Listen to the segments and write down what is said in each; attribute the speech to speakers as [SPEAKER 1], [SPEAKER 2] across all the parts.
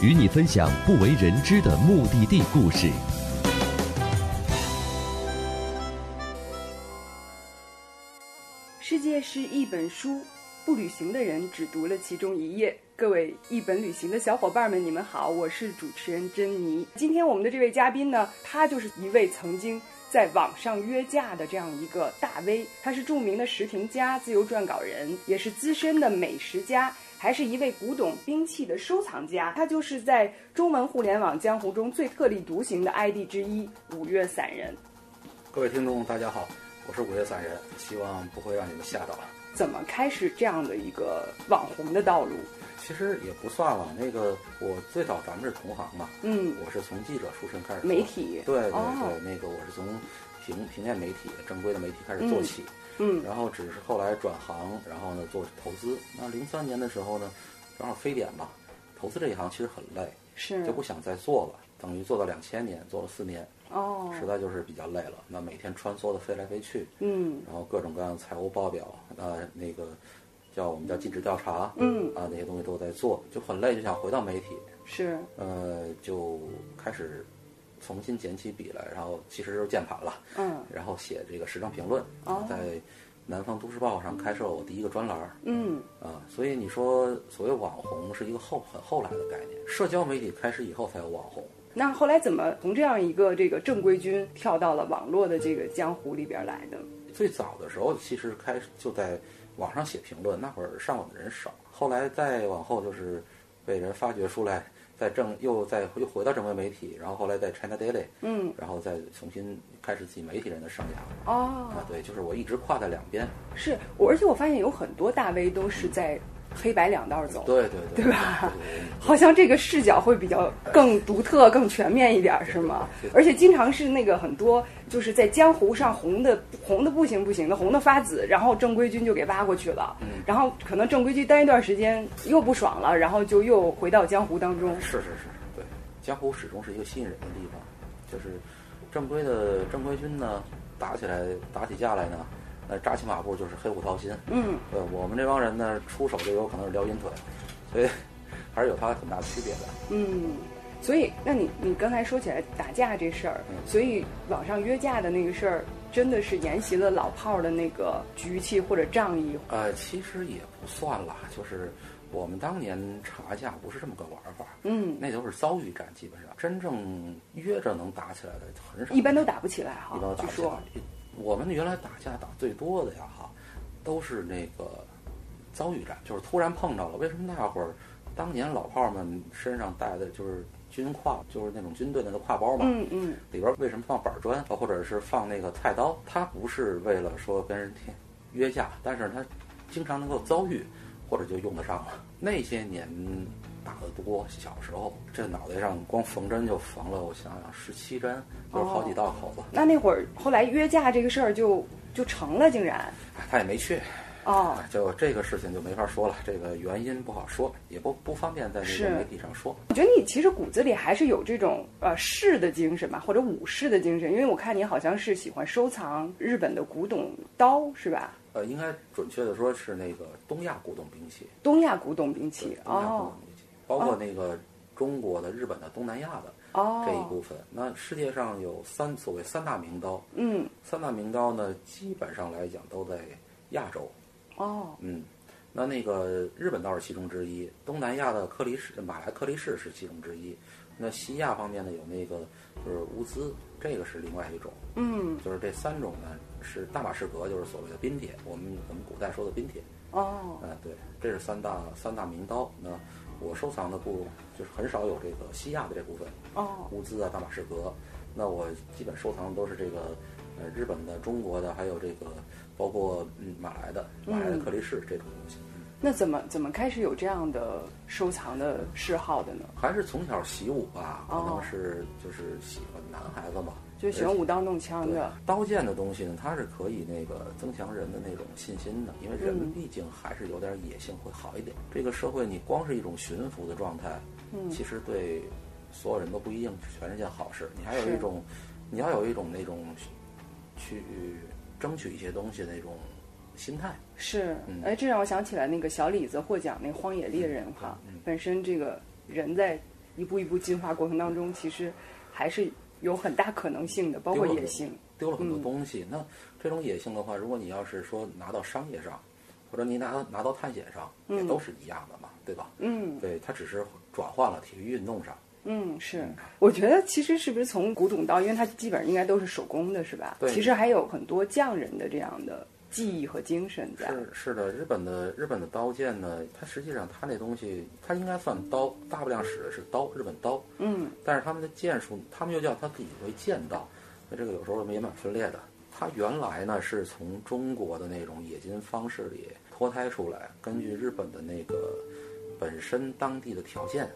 [SPEAKER 1] 与你分享不为人知的目的地故事。
[SPEAKER 2] 世界是一本书，不旅行的人只读了其中一页。各位一本旅行的小伙伴们，你们好，我是主持人珍妮。今天我们的这位嘉宾呢，他就是一位曾经在网上约架的这样一个大 V，他是著名的食评家、自由撰稿人，也是资深的美食家。还是一位古董兵器的收藏家，他就是在中文互联网江湖中最特立独行的 ID 之一——五月散人。
[SPEAKER 3] 各位听众，大家好，我是五月散人，希望不会让你们吓到。啊
[SPEAKER 2] 怎么开始这样的一个网红的道路？
[SPEAKER 3] 其实也不算了，那个我最早咱们是同行嘛，
[SPEAKER 2] 嗯，
[SPEAKER 3] 我是从记者出身开始做，
[SPEAKER 2] 媒体，
[SPEAKER 3] 对对对，
[SPEAKER 2] 哦，
[SPEAKER 3] 那个我是从平平面媒体正规的媒体开始做起，
[SPEAKER 2] 嗯
[SPEAKER 3] 然后只是后来转行，然后呢做投资。那零三年的时候呢，正好非典嘛，投资这一行其实很累，
[SPEAKER 2] 是
[SPEAKER 3] 就不想再做了，等于做到两千年，做了四年，
[SPEAKER 2] 哦，
[SPEAKER 3] 实在就是比较累了。那每天穿梭的飞来飞去，
[SPEAKER 2] 嗯
[SPEAKER 3] 然后各种各样的财务报表，呃，那个叫我们叫尽职调查，
[SPEAKER 2] 嗯
[SPEAKER 3] 啊，那些东西都在做，就很累，就想回到媒体，
[SPEAKER 2] 是
[SPEAKER 3] 呃，就开始重新捡起笔来，然后其实就是键盘了，
[SPEAKER 2] 嗯
[SPEAKER 3] 然后写这个时政评论，
[SPEAKER 2] 哦
[SPEAKER 3] 啊，在《南方都市报》上开设了我第一个专栏儿，
[SPEAKER 2] 嗯
[SPEAKER 3] 啊，所以你说所谓网红是一个后很后来的概念，社交媒体开始以后才有网红。
[SPEAKER 2] 那后来怎么从这样一个这个正规军跳到了网络的这个江湖里边来的？
[SPEAKER 3] 最早的时候，其实开始就在网上写评论，那会儿上网的人少。后来再往后，就是被人发掘出来，在正又再又回到正规媒体，然后后来在 China Daily，
[SPEAKER 2] 嗯
[SPEAKER 3] 然后再重新开始自己媒体人的生涯。啊
[SPEAKER 2] 哦，，
[SPEAKER 3] 对，就是我一直跨在两边。
[SPEAKER 2] 是我，而且我发现有很多大 V 都是在黑白两道走，
[SPEAKER 3] 对对对，
[SPEAKER 2] 哦对吧
[SPEAKER 3] 对对对
[SPEAKER 2] 好像这个视角会比较更独特、更全面一点儿，是吗？而且经常是那个很多就是在江湖上红的红的不行不行的，红的发紫，然后正规军就给挖过去了，然后可能正规军待一段时间又不爽了，然后就又回到江湖当中。
[SPEAKER 3] 是是是，对，江湖始终是一个吸引人的地方，就是正规的正规军呢，打起来打起架来呢，那扎起马步就是黑虎掏心。
[SPEAKER 2] 嗯，
[SPEAKER 3] 对，我们这帮人呢，出手就有可能是撩阴腿，所以 还是有它很大区别的。
[SPEAKER 2] 嗯，所以那你你刚才说起来打架这事
[SPEAKER 3] 嗯
[SPEAKER 2] 儿，所以网上约架的那个事儿，真的是沿袭了老炮儿的那个局气或者仗义。
[SPEAKER 3] 呃，其实也不算啦，就是我们当年查架不是这么个玩法，
[SPEAKER 2] 嗯，
[SPEAKER 3] 那都是遭遇战，基本上真正约着能打起来的很少，
[SPEAKER 2] 一般都打不起来哈
[SPEAKER 3] 一般都。打
[SPEAKER 2] 啊据
[SPEAKER 3] 不起
[SPEAKER 2] 说
[SPEAKER 3] 来。我们原来打架打最多的呀哈，都是那个遭遇战，就是突然碰着了。为什么那会儿当年老炮儿们身上带的就是军挎，就是那种军队的那个挎包嘛？
[SPEAKER 2] 嗯嗯，
[SPEAKER 3] 里边为什么放板砖，呃或者是放那个菜刀？他不是为了说跟人贴约架，但是他经常能够遭遇，或者就用得上了。那些年打得多，小时候这脑袋上光缝针就缝了，我想想十七针，就是好几道口子。
[SPEAKER 2] 哦那那会儿后来约架这个事儿就就成了，竟然
[SPEAKER 3] 哎他也没去，
[SPEAKER 2] 哦，
[SPEAKER 3] 哎就这个事情就没法说了，这个原因不好说，也不不方便在那
[SPEAKER 2] 是
[SPEAKER 3] 个媒体上说。
[SPEAKER 2] 我觉得你其实骨子里还是有这种呃士的精神吧，或者武士的精神，因为我看你好像是喜欢收藏日本的古董刀是吧？
[SPEAKER 3] 呃，应该准确的说是那个东亚古董兵器，
[SPEAKER 2] 东亚古董兵
[SPEAKER 3] 对
[SPEAKER 2] 器
[SPEAKER 3] 东亚古
[SPEAKER 2] 哦
[SPEAKER 3] 董兵器，包括那个中国的、日本的、东南亚的。
[SPEAKER 2] 哦，
[SPEAKER 3] 这一部分。那世界上有三所谓三大名刀，
[SPEAKER 2] 嗯
[SPEAKER 3] 三大名刀呢，基本上来讲都在亚洲。
[SPEAKER 2] 哦
[SPEAKER 3] 嗯，那那个日本刀是其中之一，东南亚的克里士、马来克里士是其中之一。那西亚方面呢，有那个就是乌兹，这个是另外一种。
[SPEAKER 2] 嗯
[SPEAKER 3] 就是这三种呢是大马士革，就是所谓的宾铁，我们我们古代说的宾铁。
[SPEAKER 2] 哦
[SPEAKER 3] 啊，对，这是三大三大名刀。那我收藏的不就是很少有这个西亚的这部分。
[SPEAKER 2] 哦
[SPEAKER 3] 乌兹啊、大马士革。那我基本收藏的都是这个，呃，日本的、中国的，还有这个，包括嗯马来的、马来的克力士这种东西。嗯
[SPEAKER 2] 那怎么怎么开始有这样的收藏的嗜好的呢？
[SPEAKER 3] 还是从小习武吧，可
[SPEAKER 2] 哦
[SPEAKER 3] 能是就是喜欢男孩子嘛，
[SPEAKER 2] 就喜欢武当弄枪
[SPEAKER 3] 对
[SPEAKER 2] 的，，
[SPEAKER 3] 刀剑的东西呢，它是可以那个增强人的那种信心的，因为人
[SPEAKER 2] 嗯
[SPEAKER 3] 毕竟还是有点野性，会好一点。这个社会你光是一种驯服的状态，
[SPEAKER 2] 嗯
[SPEAKER 3] 其实对所有人都不一定全是件好事。你还有
[SPEAKER 2] 是
[SPEAKER 3] 一种，你要有一种那种去争取一些东西的那种心态。
[SPEAKER 2] 是
[SPEAKER 3] 嗯，
[SPEAKER 2] 哎，这让我想起来那个小李子获奖那《荒野猎人》哈
[SPEAKER 3] 嗯嗯，
[SPEAKER 2] 本身这个人在一步一步进化过程当中，其实还是有很大可能性的，包括
[SPEAKER 3] 丢了
[SPEAKER 2] 野
[SPEAKER 3] 很多
[SPEAKER 2] 性。
[SPEAKER 3] 丢了很多
[SPEAKER 2] 嗯
[SPEAKER 3] 东西。那这种野性的话，如果你要是说拿到商业上，或者你拿到拿到探险上，也
[SPEAKER 2] 嗯
[SPEAKER 3] 都是一样的嘛，对吧？
[SPEAKER 2] 嗯
[SPEAKER 3] 对，它只是转换了体育运动上。
[SPEAKER 2] 嗯，是，我觉得其实是不是从古董刀，因为它基本上应该都是手工的，是吧？
[SPEAKER 3] 对
[SPEAKER 2] 其实还有很多匠人的这样的技艺和精神在。
[SPEAKER 3] 是是的，日本的日本的刀剑呢，它实际上它那东西，它应该算刀，大不量使的是刀，日本刀。
[SPEAKER 2] 嗯，
[SPEAKER 3] 但是他们的剑术，他们又叫它自己为剑道，那这个有时候也蛮分裂的。它原来呢是从中国的那种冶金方式里脱胎出来，根据日本的那个本身当地的条件，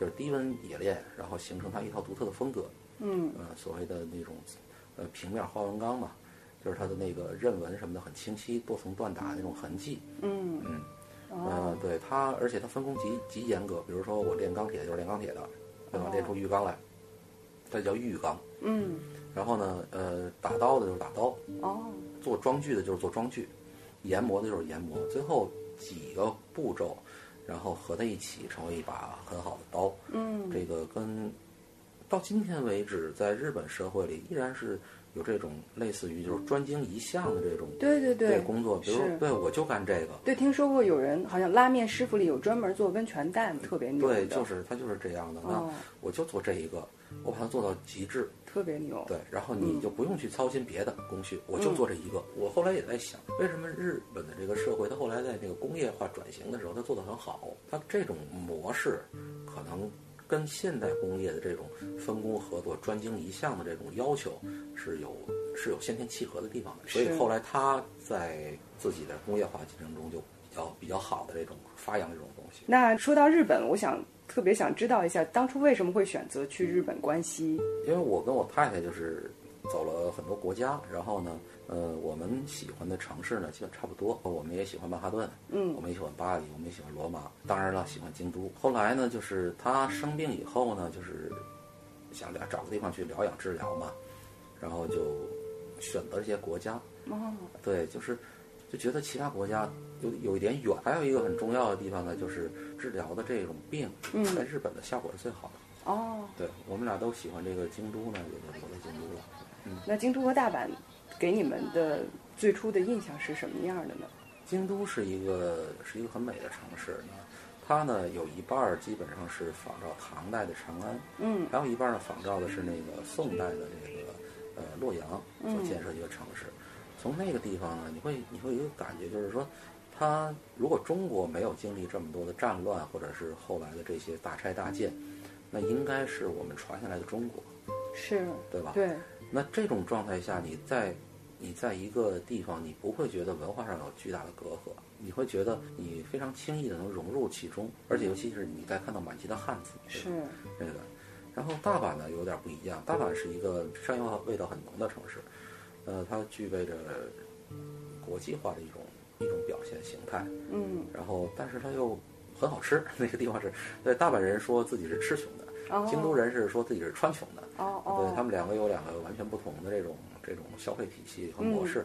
[SPEAKER 3] 就是低温冶炼，然后形成它一套独特的风格。
[SPEAKER 2] 嗯
[SPEAKER 3] 呃，所谓的那种呃平面花纹钢嘛，就是它的那个刃纹什么的很清晰，多层锻打那种痕迹。
[SPEAKER 2] 嗯
[SPEAKER 3] 嗯，
[SPEAKER 2] 哦
[SPEAKER 3] 呃，对它，而且它分工极极严格。比如说我练钢铁就是练钢铁的，对吧？
[SPEAKER 2] 哦
[SPEAKER 3] 练出玉钢来，这叫玉钢。
[SPEAKER 2] 嗯
[SPEAKER 3] 然后呢，呃，打刀的就是打刀，
[SPEAKER 2] 哦
[SPEAKER 3] 做装具的就是做装具，研磨的就是研磨。最后几个步骤，然后合在一起成为一把很好的刀。
[SPEAKER 2] 嗯
[SPEAKER 3] 这个跟到今天为止，在日本社会里依然是有这种类似于就是专精一项的这种
[SPEAKER 2] 对对对
[SPEAKER 3] 工作，比如
[SPEAKER 2] 是
[SPEAKER 3] 说对我就干这个，
[SPEAKER 2] 对，听说过有人好像拉面师傅里有专门做温泉蛋，特别牛的，
[SPEAKER 3] 对，就是他就是这样的，那
[SPEAKER 2] 哦，
[SPEAKER 3] 我就做这一个，我把它做到极致，
[SPEAKER 2] 特别牛。
[SPEAKER 3] 对，然后
[SPEAKER 2] 嗯
[SPEAKER 3] 你就不用去操心别的工序，我就做这一个。我后来也在想，为什么日本的这个社会，它后来在这个工业化转型的时候，它做得很好，它这种模式可能跟现代工业的这种分工合作、专精一项的这种要求是有是有先天契合的地方的，所以
[SPEAKER 2] 是
[SPEAKER 3] 后来它在自己的工业化进程中就比较比较好的这种发扬这种东西。
[SPEAKER 2] 那说到日本，我想特别想知道一下，当初为什么会选择去日本关西？
[SPEAKER 3] 因为我跟我太太就是走了很多国家，然后呢，呃，我们喜欢的城市呢基本差不多，我们也喜欢曼哈顿，
[SPEAKER 2] 嗯
[SPEAKER 3] 我们也喜欢巴黎，我们也喜欢罗马，当然了，喜欢京都。后来呢，就是她生病以后呢，就是想俩找个地方去疗养治疗嘛，然后就选择这些国家，
[SPEAKER 2] 哦，
[SPEAKER 3] 对，就是就觉得其他国家有有一点远。还有一个很重要的地方呢，就是治疗的这种病，
[SPEAKER 2] 嗯
[SPEAKER 3] 在日本的效果是最好的。
[SPEAKER 2] 哦，
[SPEAKER 3] 对我们俩都喜欢这个京都呢，也就留在京都了。
[SPEAKER 2] 那京都和大阪给你们的最初的印象是什么样的呢？
[SPEAKER 3] 京都是一个是一个很美的城市呢，它呢有一半儿基本上是仿照唐代的长安，
[SPEAKER 2] 嗯
[SPEAKER 3] 还有一半儿呢仿照的是那个宋代的这个呃洛阳所建设一个城市。从那个地方呢，你会你会有一个感觉，就是说，它如果中国没有经历这么多的战乱，或者是后来的这些大拆大建，那应该是我们传下来的中国，
[SPEAKER 2] 是，
[SPEAKER 3] 啊对吧？
[SPEAKER 2] 对，
[SPEAKER 3] 那这种状态下，你在你在一个地方，你不会觉得文化上有巨大的隔阂，你会觉得你非常轻易的能融入其中，而且尤其是你在看到满街的汉字，对吧
[SPEAKER 2] 是，
[SPEAKER 3] 这个。然后大阪呢有点不一样，大阪是一个山药味道很浓的城市，呃，它具备着国际化的一种一种表现形态，
[SPEAKER 2] 嗯，
[SPEAKER 3] 然后但是它又很好吃， 那个地方是，对大阪人说自己是吃穷的，
[SPEAKER 2] 哦，
[SPEAKER 3] 京都，人是说自己是穿穷的，
[SPEAKER 2] 哦
[SPEAKER 3] 对他
[SPEAKER 2] 哦，
[SPEAKER 3] 们两个有两个完全不同的这种这种消费体系和
[SPEAKER 2] 嗯
[SPEAKER 3] 模式，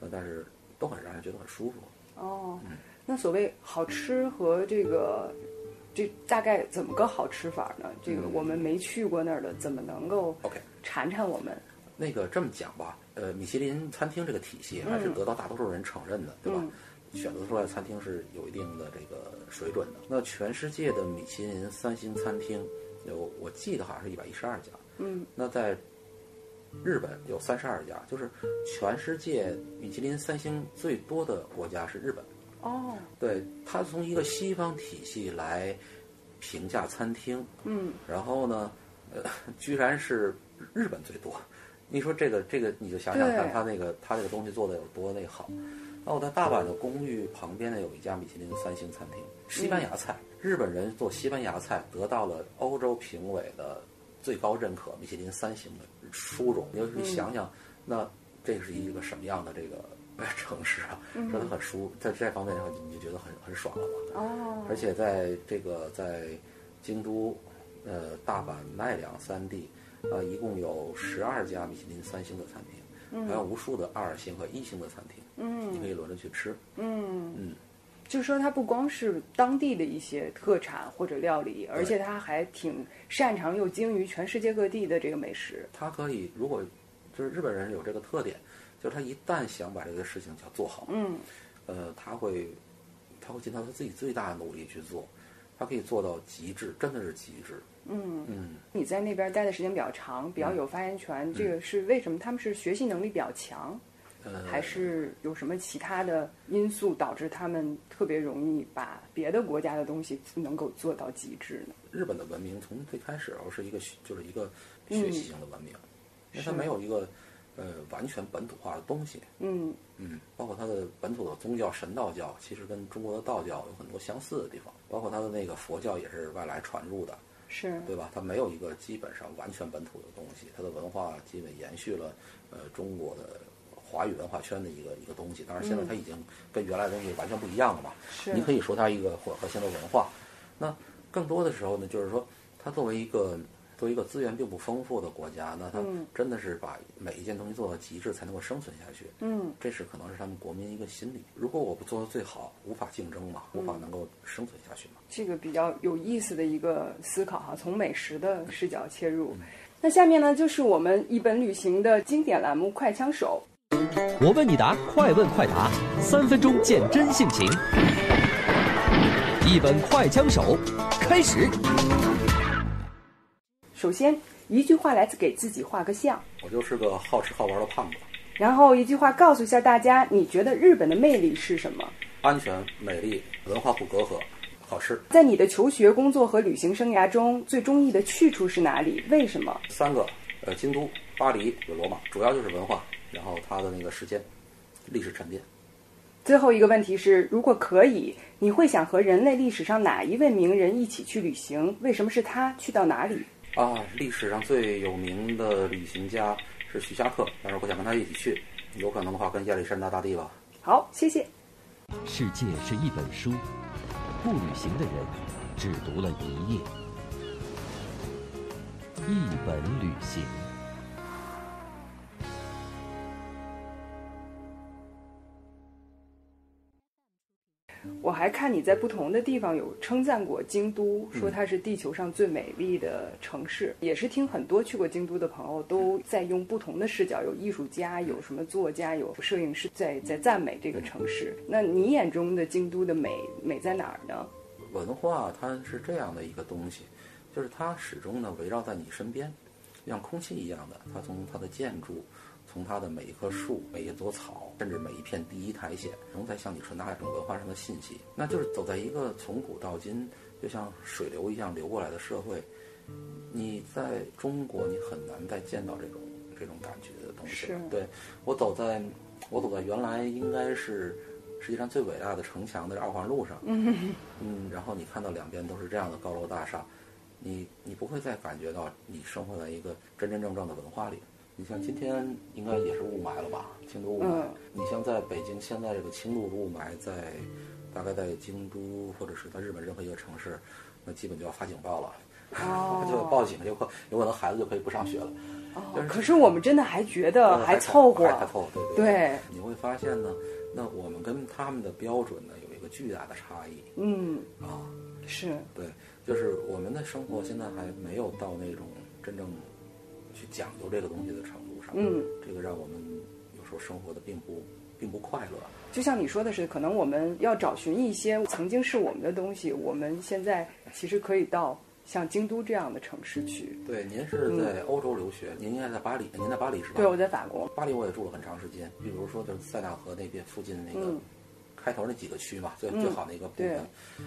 [SPEAKER 3] 呃，但是都很让人觉得很舒服。
[SPEAKER 2] 哦，
[SPEAKER 3] 嗯
[SPEAKER 2] 那所谓好吃和这个。这大概怎么个好吃法呢？这个
[SPEAKER 3] 嗯
[SPEAKER 2] 我们没去过那儿的，怎么能够
[SPEAKER 3] OK，
[SPEAKER 2] 馋馋我们？
[SPEAKER 3] 那个这么讲吧，呃，米其林餐厅这个体系还是
[SPEAKER 2] 嗯
[SPEAKER 3] 得到大多数人承认的，对吧？选择出来的餐厅是有一定的这个水准的。那全世界的米其林三星餐厅有，我记得好像是一百一十二家。
[SPEAKER 2] 嗯，
[SPEAKER 3] 那在日本有三十二家，就是全世界米其林三星最多的国家是日本。
[SPEAKER 2] 哦，
[SPEAKER 3] 对，他从一个西方体系来评价餐厅，
[SPEAKER 2] 嗯，
[SPEAKER 3] 然后呢，呃，居然是日本最多。你说这个这个，你就想想
[SPEAKER 2] 对
[SPEAKER 3] 看他那个他这个东西做的有多那好。那我在大阪的公寓旁边呢，有一家米其林三星餐厅，西班牙菜，
[SPEAKER 2] 嗯
[SPEAKER 3] 日本人做西班牙菜得到了欧洲评委的最高认可，米其林三星的殊荣。你
[SPEAKER 2] 嗯
[SPEAKER 3] 你想想，那这是一个什么样的这个 呃城市啊？
[SPEAKER 2] 嗯
[SPEAKER 3] 说它很舒，在这方面上你就觉得很很爽了吧？
[SPEAKER 2] 哦，
[SPEAKER 3] 而且在这个在京都、呃大阪、奈良三地，呃，一共有十二家米其林三星的餐厅，还有无数的二星和一星的餐厅，你可以轮着去吃。
[SPEAKER 2] 就说他不光是当地的一些特产或者料理，而且他还挺擅长又精于全世界各地的这个美食。
[SPEAKER 3] 他可以，如果就是日本人有这个特点，就是他一旦想把这个事情要做好，
[SPEAKER 2] 嗯，
[SPEAKER 3] 呃，他会他会尽到他自己最大的努力去做，他可以做到极致，真的是极致。嗯嗯，
[SPEAKER 2] 你在那边待的时间比较长，比较有发言权，这个是为什么？他们是学习能力比较强，
[SPEAKER 3] 呃，
[SPEAKER 2] 还是有什么其他的因素导致他们特别容易把别的国家的东西能够做到极致呢？
[SPEAKER 3] 日本的文明从最开始哦是一个学就是一个学习型的文明，因为它没有一个呃完全本土化的东西。
[SPEAKER 2] 嗯
[SPEAKER 3] 嗯，包括它的本土的宗教神道教，其实跟中国的道教有很多相似的地方，包括它的那个佛教也是外来传入的，
[SPEAKER 2] 是，
[SPEAKER 3] 对吧？它没有一个基本上完全本土的东西，它的文化基本延续了呃中国的华语文化圈的一个一个东西。当然，现在它已经跟原来的东西完全不一样了嘛。
[SPEAKER 2] 是
[SPEAKER 3] 你可以说它一个混合型的文化。那更多的时候呢，就是说它作为一个作为一个资源并不丰富的国家，那它真的是把每一件东西做到极致才能够生存下去。
[SPEAKER 2] 嗯，
[SPEAKER 3] 这是可能是他们国民一个心理。如果我不做到最好，无法竞争嘛，无法能够生存下去嘛。
[SPEAKER 2] 这个比较有意思的一个思考哈，从美食的视角切入。那下面呢，就是我们一本旅行的经典栏目《快枪手》。
[SPEAKER 1] 我问你答，快问快答，三分钟见真性情。一本快枪手，开始。
[SPEAKER 2] 首先，一句话来给自己画个像，
[SPEAKER 3] 我就是个好吃好玩的胖子，
[SPEAKER 2] 然后一句话告诉一下大家，你觉得日本的魅力是什么？
[SPEAKER 3] 安全、美丽、文化不隔阂，好吃。
[SPEAKER 2] 在你的求学、工作和旅行生涯中，最中意的去处是哪里？为什么？
[SPEAKER 3] 三个，呃，京都、巴黎、罗马，主要就是文化，然后它的那个时间、历史沉淀。
[SPEAKER 2] 最后一个问题是，如果可以，你会想和人类历史上哪一位名人一起去旅行？为什么是他？去到哪里？
[SPEAKER 3] 啊，历史上最有名的旅行家是徐霞客，但是我想跟他一起去，有可能的话跟亚历山大大帝吧。
[SPEAKER 2] 好，谢谢。
[SPEAKER 1] 世界是一本书，不旅行的人只读了一页。一本旅行。
[SPEAKER 2] 我还看你在不同的地方有称赞过京都，说
[SPEAKER 3] 嗯
[SPEAKER 2] 它是地球上最美丽的城市。也是听很多去过京都的朋友都在用不同的视角，有艺术家，有什么作家，有摄影师在在赞美这个城市。那你眼中的京都的美美在哪儿呢？
[SPEAKER 3] 文化它是这样的一个东西，就是它始终呢围绕在你身边，像空气一样的，它从它的建筑，从它的每一棵树、每一朵草，甚至每一片第一苔藓，能在向你传达一种文化上的信息。那就是走在一个从古到今，就像水流一样流过来的社会，你在中国你很难再见到这种这种感觉的东西了。
[SPEAKER 2] 是
[SPEAKER 3] 对我走在，我走在原来应该是世界上最伟大的城墙的二环路上，嗯，然后你看到两边都是这样的高楼大厦，你你不会再感觉到你生活在一个真真正正的文化里。你像今天应该也是雾霾了吧，京都雾霾。
[SPEAKER 2] 嗯
[SPEAKER 3] 你像在北京现在这个轻度的雾霾在，大概在京都或者是在日本任何一个城市，那基本就要发警报了，
[SPEAKER 2] 哦
[SPEAKER 3] 就报警，有可有可能孩子就可以不上学了。
[SPEAKER 2] 哦，可是我们真的还觉得还
[SPEAKER 3] 还
[SPEAKER 2] 凑合
[SPEAKER 3] 还，还凑合，对对
[SPEAKER 2] 对
[SPEAKER 3] 你会发现呢，那我们跟他们的标准呢有一个巨大的差异
[SPEAKER 2] 嗯，
[SPEAKER 3] 啊。
[SPEAKER 2] 是，
[SPEAKER 3] 对，就是我们的生活现在还没有到那种真正去讲究这个东西的程度上。
[SPEAKER 2] 嗯，
[SPEAKER 3] 这个让我们有时候生活的并不并不快乐。
[SPEAKER 2] 就像你说的是，可能我们要找寻一些曾经是我们的东西，我们现在其实可以到像京都这样的城市去。
[SPEAKER 3] 对，您是在欧洲留学，您应该在巴黎，您在巴黎是吧？
[SPEAKER 2] 嗯对，我在法国，
[SPEAKER 3] 巴黎我也住了很长时间，比如说就是塞纳河那边附近那个、
[SPEAKER 2] 嗯
[SPEAKER 3] 开头那几个区嘛，最、最好那个部
[SPEAKER 2] 对
[SPEAKER 3] 分。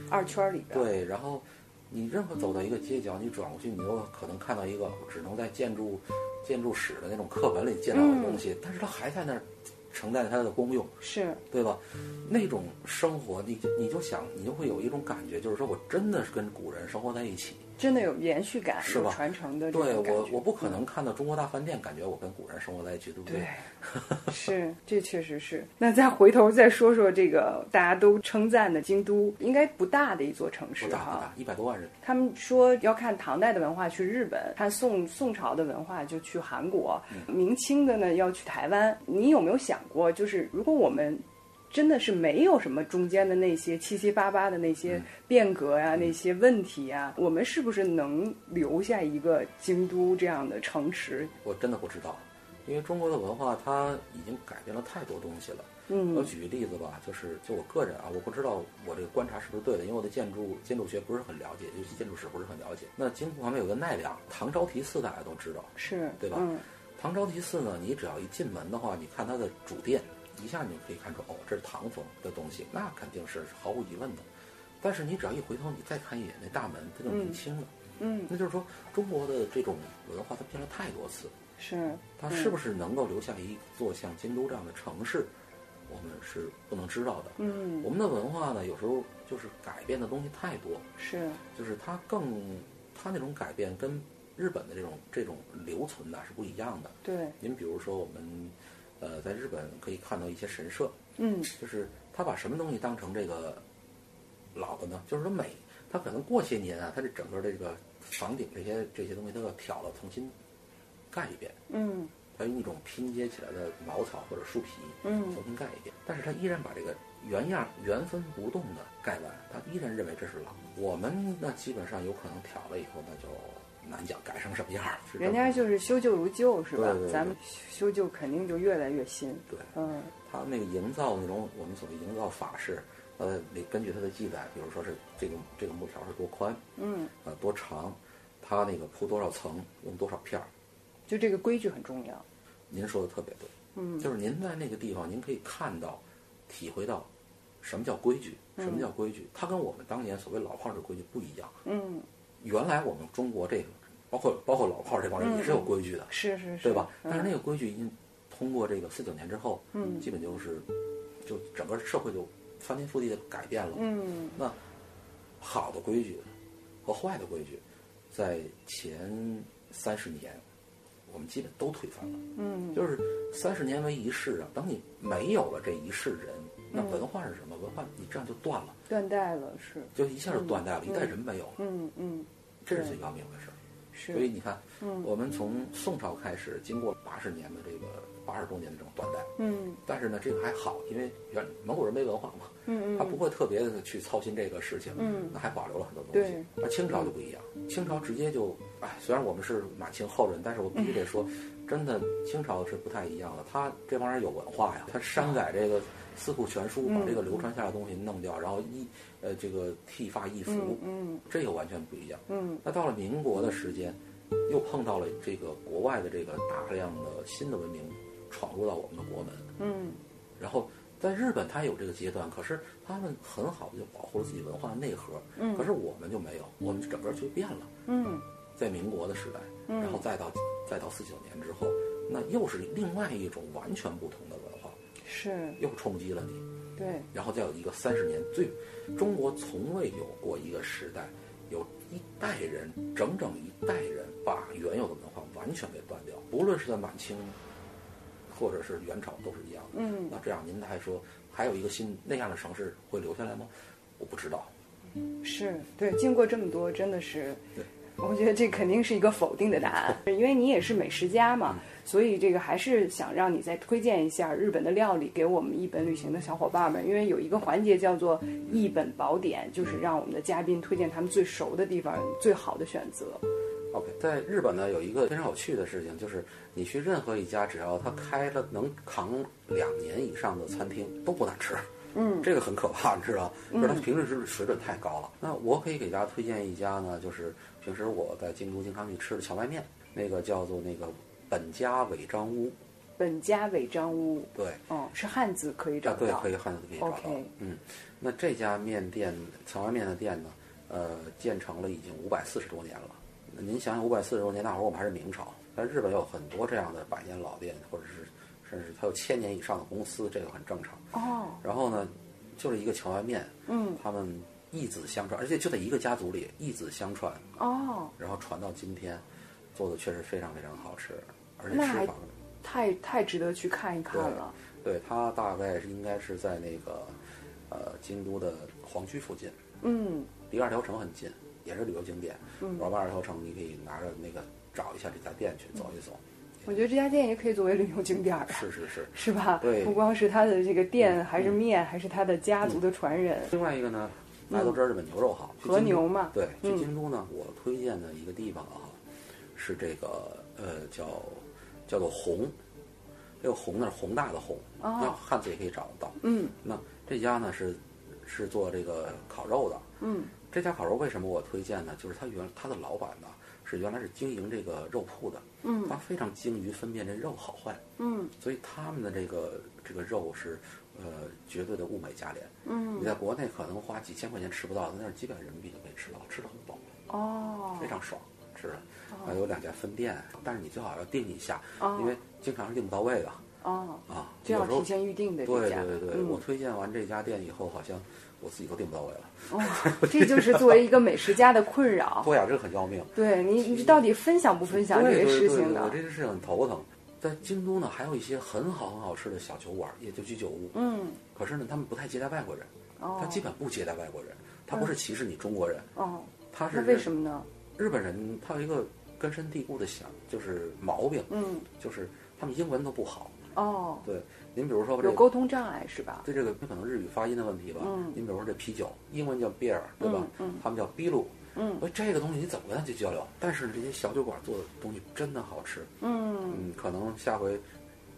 [SPEAKER 2] 二圈儿里边。
[SPEAKER 3] 对，然后你任何走到一个街角，你转过去，你有可能看到
[SPEAKER 2] 嗯
[SPEAKER 3] 一个只能在建筑建筑史的那种课本里见到的东西，但是它还在那儿承载它的功用，
[SPEAKER 2] 是
[SPEAKER 3] 对吧？那种生活，你就你就想，你就会有一种感觉，就是说我真的是跟古人生活在一起。
[SPEAKER 2] 真的有延续感，
[SPEAKER 3] 是吧
[SPEAKER 2] 有传承的这
[SPEAKER 3] 对
[SPEAKER 2] 种感
[SPEAKER 3] 我，
[SPEAKER 2] 觉嗯
[SPEAKER 3] 我不可能看到中国大饭店，感觉我跟古人生活在一起，对不
[SPEAKER 2] 对， 是，这确实是。那再回头再说说这个大家都称赞的京都，应该不大的一座城市
[SPEAKER 3] 不大不大
[SPEAKER 2] 哈。，
[SPEAKER 3] 一百多万人，
[SPEAKER 2] 他们说要看唐代的文化去日本，看宋宋朝的文化就去韩国，
[SPEAKER 3] 嗯
[SPEAKER 2] 明清的呢要去台湾。你有没有想过，就是如果我们真的是没有什么中间的那些七七八八的那
[SPEAKER 3] 嗯
[SPEAKER 2] 些变革呀、那些问题呀，我们是不是能留下一个京都这样的城池？
[SPEAKER 3] 我真的不知道，因为中国的文化它已经改变了太多东西了。我
[SPEAKER 2] 嗯
[SPEAKER 3] 举个例子吧，就是就我个人啊，我不知道我这个观察是不是对的，因为我对建筑建筑学不是很了解，尤其建筑史不是很了解。那京都旁边有个奈良唐招提寺，大家都知道。
[SPEAKER 2] 是，
[SPEAKER 3] 对吧
[SPEAKER 2] 嗯，
[SPEAKER 3] 唐招提寺呢，你只要一进门的话，你看它的主殿，一下你就可以看出哦，这是唐风的东西，那肯定是毫无疑问的。但是你只要一回头，你再看一眼那大门，它就明清了。
[SPEAKER 2] 嗯，
[SPEAKER 3] 那就是说，中国的这种文化它变了太多次，
[SPEAKER 2] 是。
[SPEAKER 3] 它是不是能够留下一座像京都这样的城市，我们是不能知道的。
[SPEAKER 2] 嗯
[SPEAKER 3] 我们的文化呢，有时候就是改变的东西太多，，
[SPEAKER 2] 是，
[SPEAKER 3] 就是它更它那种改变跟日本的这种这种留存呐、是不一样的。
[SPEAKER 2] 对，
[SPEAKER 3] 您比如说我们，呃，在日本可以看到一些神社，
[SPEAKER 2] 嗯，
[SPEAKER 3] 就是他把什么东西当成这个老的呢？就是说美，它可能过些年啊，它这整个这个房顶这些这些东西都要挑了，重新盖一遍。
[SPEAKER 2] 嗯，
[SPEAKER 3] 它用一种拼接起来的茅草或者树皮，
[SPEAKER 2] 嗯
[SPEAKER 3] 重新盖一遍。但是它依然把这个原样原封不动的盖完，它依然认为这是老。我们那基本上有可能挑了以后，那就难讲改成什么样了。是这么
[SPEAKER 2] 人家就是修旧如旧，是吧
[SPEAKER 3] 对对？对
[SPEAKER 2] 咱们修旧肯定就越来越新，
[SPEAKER 3] 对。
[SPEAKER 2] 嗯，
[SPEAKER 3] 他那个营造那种我们所谓营造法式，呃，那根据它的记载，比如说是这个这个木条是多宽，
[SPEAKER 2] 嗯，
[SPEAKER 3] 呃多长，它那个铺多少层，用多少片儿，
[SPEAKER 2] 就这个规矩很重要，
[SPEAKER 3] 您说的特别对，
[SPEAKER 2] 嗯，
[SPEAKER 3] 就是您在那个地方，您可以看到、体会到什么叫规矩，什么叫规矩，它跟我们当年所谓老炮儿的规矩不一样。
[SPEAKER 2] 嗯，
[SPEAKER 3] 原来我们中国这个，包括包括老炮儿这帮人也是有规矩的，
[SPEAKER 2] 是嗯是是，
[SPEAKER 3] 对吧？但是那
[SPEAKER 2] 嗯
[SPEAKER 3] 个规矩已经通过这个四九年之后，
[SPEAKER 2] 嗯
[SPEAKER 3] 基本就是就整个社会就翻天覆地的改变了。
[SPEAKER 2] 嗯，
[SPEAKER 3] 那好的规矩和坏的规矩，在前三十年，我们基本都推翻了。
[SPEAKER 2] 嗯，
[SPEAKER 3] 就是三十年为一世啊，等你没有了这一世人，那文化是什么？文化你这样就断了，
[SPEAKER 2] 断代了，是，
[SPEAKER 3] 就一下就断代了，一代人没有了，
[SPEAKER 2] 嗯嗯，
[SPEAKER 3] 这是最要命的事儿。所
[SPEAKER 2] 是，
[SPEAKER 3] 以你看，我们从宋朝开始，经过八十年的这个八十多年的这种断代，
[SPEAKER 2] 嗯
[SPEAKER 3] 但是呢，这个还好，因为原蒙古人没文化嘛，
[SPEAKER 2] 嗯
[SPEAKER 3] 他
[SPEAKER 2] 嗯，
[SPEAKER 3] 不会特别的去操心这个事情，
[SPEAKER 2] 嗯
[SPEAKER 3] 那还保留了很多东西
[SPEAKER 2] 对。
[SPEAKER 3] 而清朝就不一样，清朝直接就，哎，虽然我们是满清后人，但是我必须得说，
[SPEAKER 2] 嗯
[SPEAKER 3] 真的清朝是不太一样的。他这帮人有文化呀，他删改这个四库全书，把这
[SPEAKER 2] 嗯
[SPEAKER 3] 个流传下来的东西弄掉，然后一呃这个剃发易服，
[SPEAKER 2] 嗯
[SPEAKER 3] 这个完全不一样。
[SPEAKER 2] 嗯
[SPEAKER 3] 那到了民国的时间，又碰到了这个国外的这个大量的新的文明闯入到我们的国门，
[SPEAKER 2] 嗯，
[SPEAKER 3] 然后在日本它有这个阶段，可是他们很好的就保护了自己文化的内核，可是我们就没有，我们整个就变了，
[SPEAKER 2] 嗯
[SPEAKER 3] 在民国的时代，然后再到再到四九年之后，那又是另外一种完全不同的文化，
[SPEAKER 2] 是，
[SPEAKER 3] 又冲击了你，
[SPEAKER 2] 对，
[SPEAKER 3] 然后再有一个三十年最，中国从未有过一个时代，有一代人整整一代人把原有的文化完全给断掉，无论是在满清，或者是元朝都是一样的。
[SPEAKER 2] 嗯
[SPEAKER 3] 那这样您还说还有一个新那样的城市会留下来吗？我不知道。
[SPEAKER 2] 是对，经过这么多，真的是
[SPEAKER 3] 对，
[SPEAKER 2] 我觉得这肯定是一个否定的答案，因为你也是美食家
[SPEAKER 3] 嗯
[SPEAKER 2] 嘛，所以这个还是想让你再推荐一下日本的料理给我们一本旅行的小伙伴们，因为有一个环节叫做一本宝典，就是让我们的嘉宾推荐他们最熟的地方、最好的选择。
[SPEAKER 3] OK，在日本呢有一个非常有趣的事情，就是你去任何一家，只要它开了能扛两年以上的餐厅都不难吃。嗯，这个很可怕，你知道，就是它平时是水准太高了。那我可以给大家推荐一家呢，就是平时我在京都经常去吃的荞麦面，那个叫做那个本家尾张屋。
[SPEAKER 2] 本家尾张屋，
[SPEAKER 3] 对，
[SPEAKER 2] 哦，是汉字可以找
[SPEAKER 3] 啊，对，
[SPEAKER 2] 到，
[SPEAKER 3] 可以汉字可以找到。
[SPEAKER 2] OK
[SPEAKER 3] 嗯，那这家面店荞麦面的店呢，呃，建成了已经五百四十多年了。那您想想，五百四十多年那会儿我们还是明朝，在日本有很多这样的百年老店，或者是甚至它有千年以上的公司，这个很正常。
[SPEAKER 2] 哦，
[SPEAKER 3] 然后呢，就是一个荞麦面，
[SPEAKER 2] 嗯，
[SPEAKER 3] 他们一子相传，而且就在一个家族里一子相传，
[SPEAKER 2] 哦，
[SPEAKER 3] 然后传到今天，做的确实非常非常好吃，而且
[SPEAKER 2] 那
[SPEAKER 3] 吃
[SPEAKER 2] 还
[SPEAKER 3] 法
[SPEAKER 2] 太太值得去看一看
[SPEAKER 3] 对
[SPEAKER 2] 了。
[SPEAKER 3] 对它大概是应该是在那个呃京都的皇区附近，
[SPEAKER 2] 嗯，
[SPEAKER 3] 离二条城很近，也是旅游景点。嗯，玩完二条城，你可以拿着那个找一下这家店去走一走。
[SPEAKER 2] 我觉得这家店也可以作为旅游景点儿，
[SPEAKER 3] 是是是。
[SPEAKER 2] 是吧？
[SPEAKER 3] 对嗯
[SPEAKER 2] 不光是它的这个店，还是面，还是它的家族的传人。
[SPEAKER 3] 另外一个呢，大家都知道日本牛肉好，去
[SPEAKER 2] 嗯和
[SPEAKER 3] 京都
[SPEAKER 2] 牛嘛
[SPEAKER 3] 对，去
[SPEAKER 2] 嗯
[SPEAKER 3] 京都呢，我推荐的一个地方啊，是这个呃叫叫做宏，这个宏呢是宏大的宏，
[SPEAKER 2] 哦
[SPEAKER 3] 那汉字也可以找得到。
[SPEAKER 2] 嗯
[SPEAKER 3] 那这家呢是是做这个烤肉的，
[SPEAKER 2] 嗯，
[SPEAKER 3] 这家烤肉为什么我推荐呢？就是他原他的老板呢是原来是经营这个肉铺的，
[SPEAKER 2] 嗯
[SPEAKER 3] 他非常精于分辨这肉好坏，
[SPEAKER 2] 嗯
[SPEAKER 3] 所以他们的这个这个肉是呃绝对的物美价廉。
[SPEAKER 2] 嗯，
[SPEAKER 3] 你在国内可能花几千块钱吃不到，在那儿几百人民币就可以吃到，吃的很饱，
[SPEAKER 2] 哦
[SPEAKER 3] 非，常爽，吃的。啊，有两家分店，但是你最好要定一下，
[SPEAKER 2] 哦
[SPEAKER 3] 因为经常是订不到位的
[SPEAKER 2] 哦，
[SPEAKER 3] 啊。
[SPEAKER 2] 这
[SPEAKER 3] 有
[SPEAKER 2] 要
[SPEAKER 3] 时候
[SPEAKER 2] 提前预定的这
[SPEAKER 3] 对
[SPEAKER 2] 家，
[SPEAKER 3] 对对，
[SPEAKER 2] 嗯
[SPEAKER 3] 我推荐完这家店以后，好像我自己都订不到位了。
[SPEAKER 2] 哦，这就是作为一个美食家的困扰。
[SPEAKER 3] 对呀、这个很要命。
[SPEAKER 2] 对你，你到底分享不分享这
[SPEAKER 3] 对
[SPEAKER 2] 个
[SPEAKER 3] 对
[SPEAKER 2] 事
[SPEAKER 3] 对
[SPEAKER 2] 情
[SPEAKER 3] 对我
[SPEAKER 2] 呢
[SPEAKER 3] 这？件事情很头疼。在京都呢，还有一些很好很好吃的小酒馆，也就居酒屋。
[SPEAKER 2] 嗯，
[SPEAKER 3] 可是呢，他们不太接待外国人，
[SPEAKER 2] 哦
[SPEAKER 3] 他基本不接待外国人，他不是歧视你中国人，
[SPEAKER 2] 哦，
[SPEAKER 3] 他是
[SPEAKER 2] 嗯那为什么呢？
[SPEAKER 3] 日本人他有一个根深蒂固的想，就是毛病，
[SPEAKER 2] 嗯，
[SPEAKER 3] 就是他们英文都不好。
[SPEAKER 2] 哦，
[SPEAKER 3] 对，您比如说吧，这
[SPEAKER 2] 有
[SPEAKER 3] 个
[SPEAKER 2] 沟通障碍是吧？
[SPEAKER 3] 对这个可能日语发音的问题吧。
[SPEAKER 2] 嗯
[SPEAKER 3] 您比如说这啤酒，英文叫 beer，对吧？
[SPEAKER 2] 嗯嗯
[SPEAKER 3] 他们叫 b i l u
[SPEAKER 2] 嗯
[SPEAKER 3] 所以这个东西你怎么跟他去交流？但是这些小酒馆做的东西真的好吃。
[SPEAKER 2] 嗯
[SPEAKER 3] 嗯，可能下回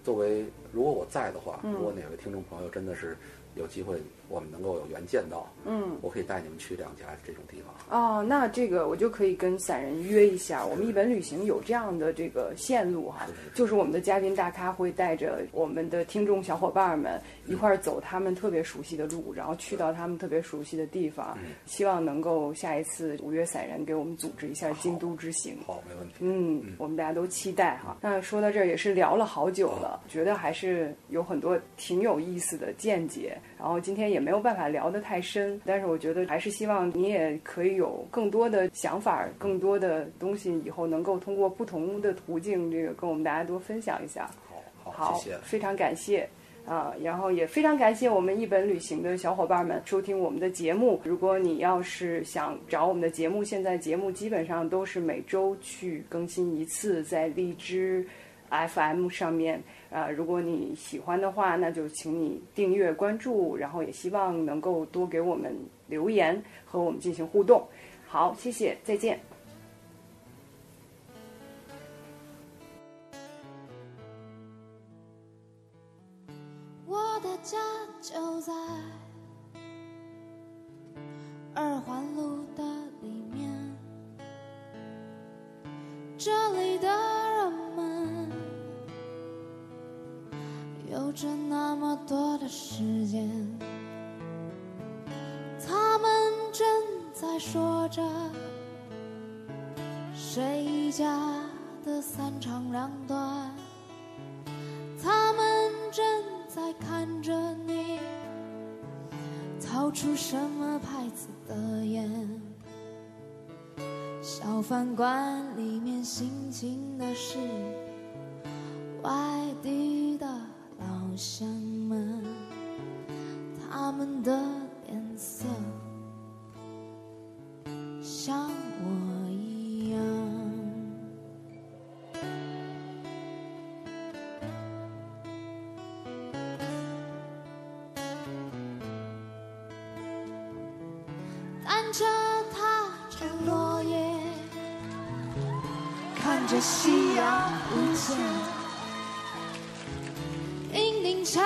[SPEAKER 3] 作为如果我在的话，
[SPEAKER 2] 嗯
[SPEAKER 3] 如果哪位听众朋友真的是有机会，我们能够有缘见到，
[SPEAKER 2] 嗯。
[SPEAKER 3] 我可以带你们去两家这种地方。
[SPEAKER 2] 哦，那这个我就可以跟散人约一下，我们一本旅行有这样的这个线路哈，就是我们的嘉宾大咖会带着我们的听众小伙伴们一块儿走他们特别熟悉的路，然后去到他们特别熟悉的地方，希望能够下一次五月散人给我们组织一下京都之行。
[SPEAKER 3] 好，没问题。
[SPEAKER 2] 嗯，我们大家都期待哈。那说到这儿也是聊了好久了，觉得还是有很多挺有意思的见解。然后今天也没有办法聊得太深，但是我觉得还是希望你也可以有更多的想法，更多的东西以后能够通过不同的途径，这个跟我们大家多分享一下。
[SPEAKER 3] 好，好，谢谢。
[SPEAKER 2] 非常感谢。啊，然后也非常感谢我们一本旅行的小伙伴们收听我们的节目。如果你要是想找我们的节目，现在节目基本上都是每周去更新一次，在荔枝 FM 上面。啊，如果你喜欢的话，那就请你订阅关注，然后也希望能够多给我们留言和我们进行互动。好，谢谢，再见。
[SPEAKER 4] 我的家就在二环路的里面，这里的人们有着那么多的时间，他们正在说着谁家的三长两短。他们正在看着你掏出什么牌子的烟。小饭馆里面辛勤的是外地的老乡们，他们的脸色像我一样。单车踏着落叶，看着夕阳无限。银锭桥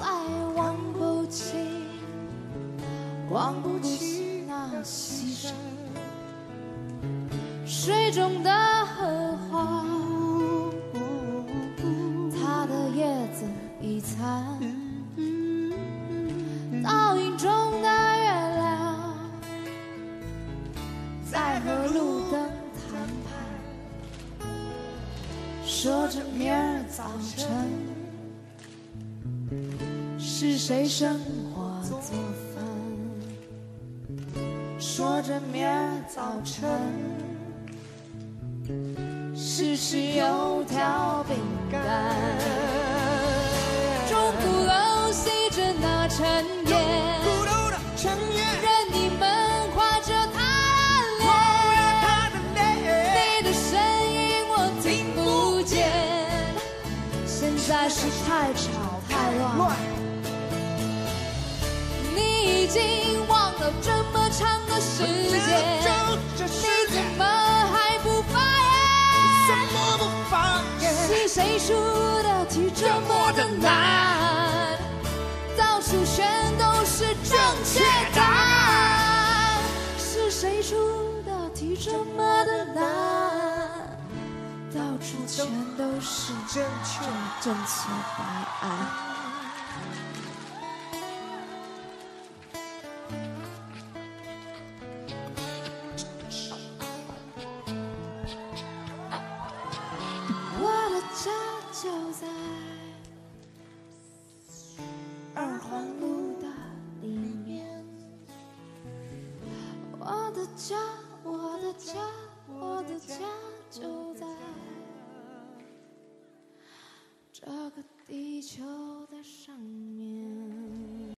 [SPEAKER 4] 在望不清，望不去那溪水，水中的荷花，它的叶子已残。倒影中的月亮，在和路灯谈判，说着明儿早晨是谁生火做饭？说着明儿早晨是吃油条饼干，中鼓楼吸着那尘烟，任你们怀着贪恋，你的身影我听不见。现在是太吵太乱，你已经忘了这么长的时间，你怎么还不发言？是谁出的题这么的难？到处全都是正确答案。是谁出的题这么的难？到处全都是正确正确答案。我的家就在二环路的里面。我的家，我的家，我的家就在这个地球的上面。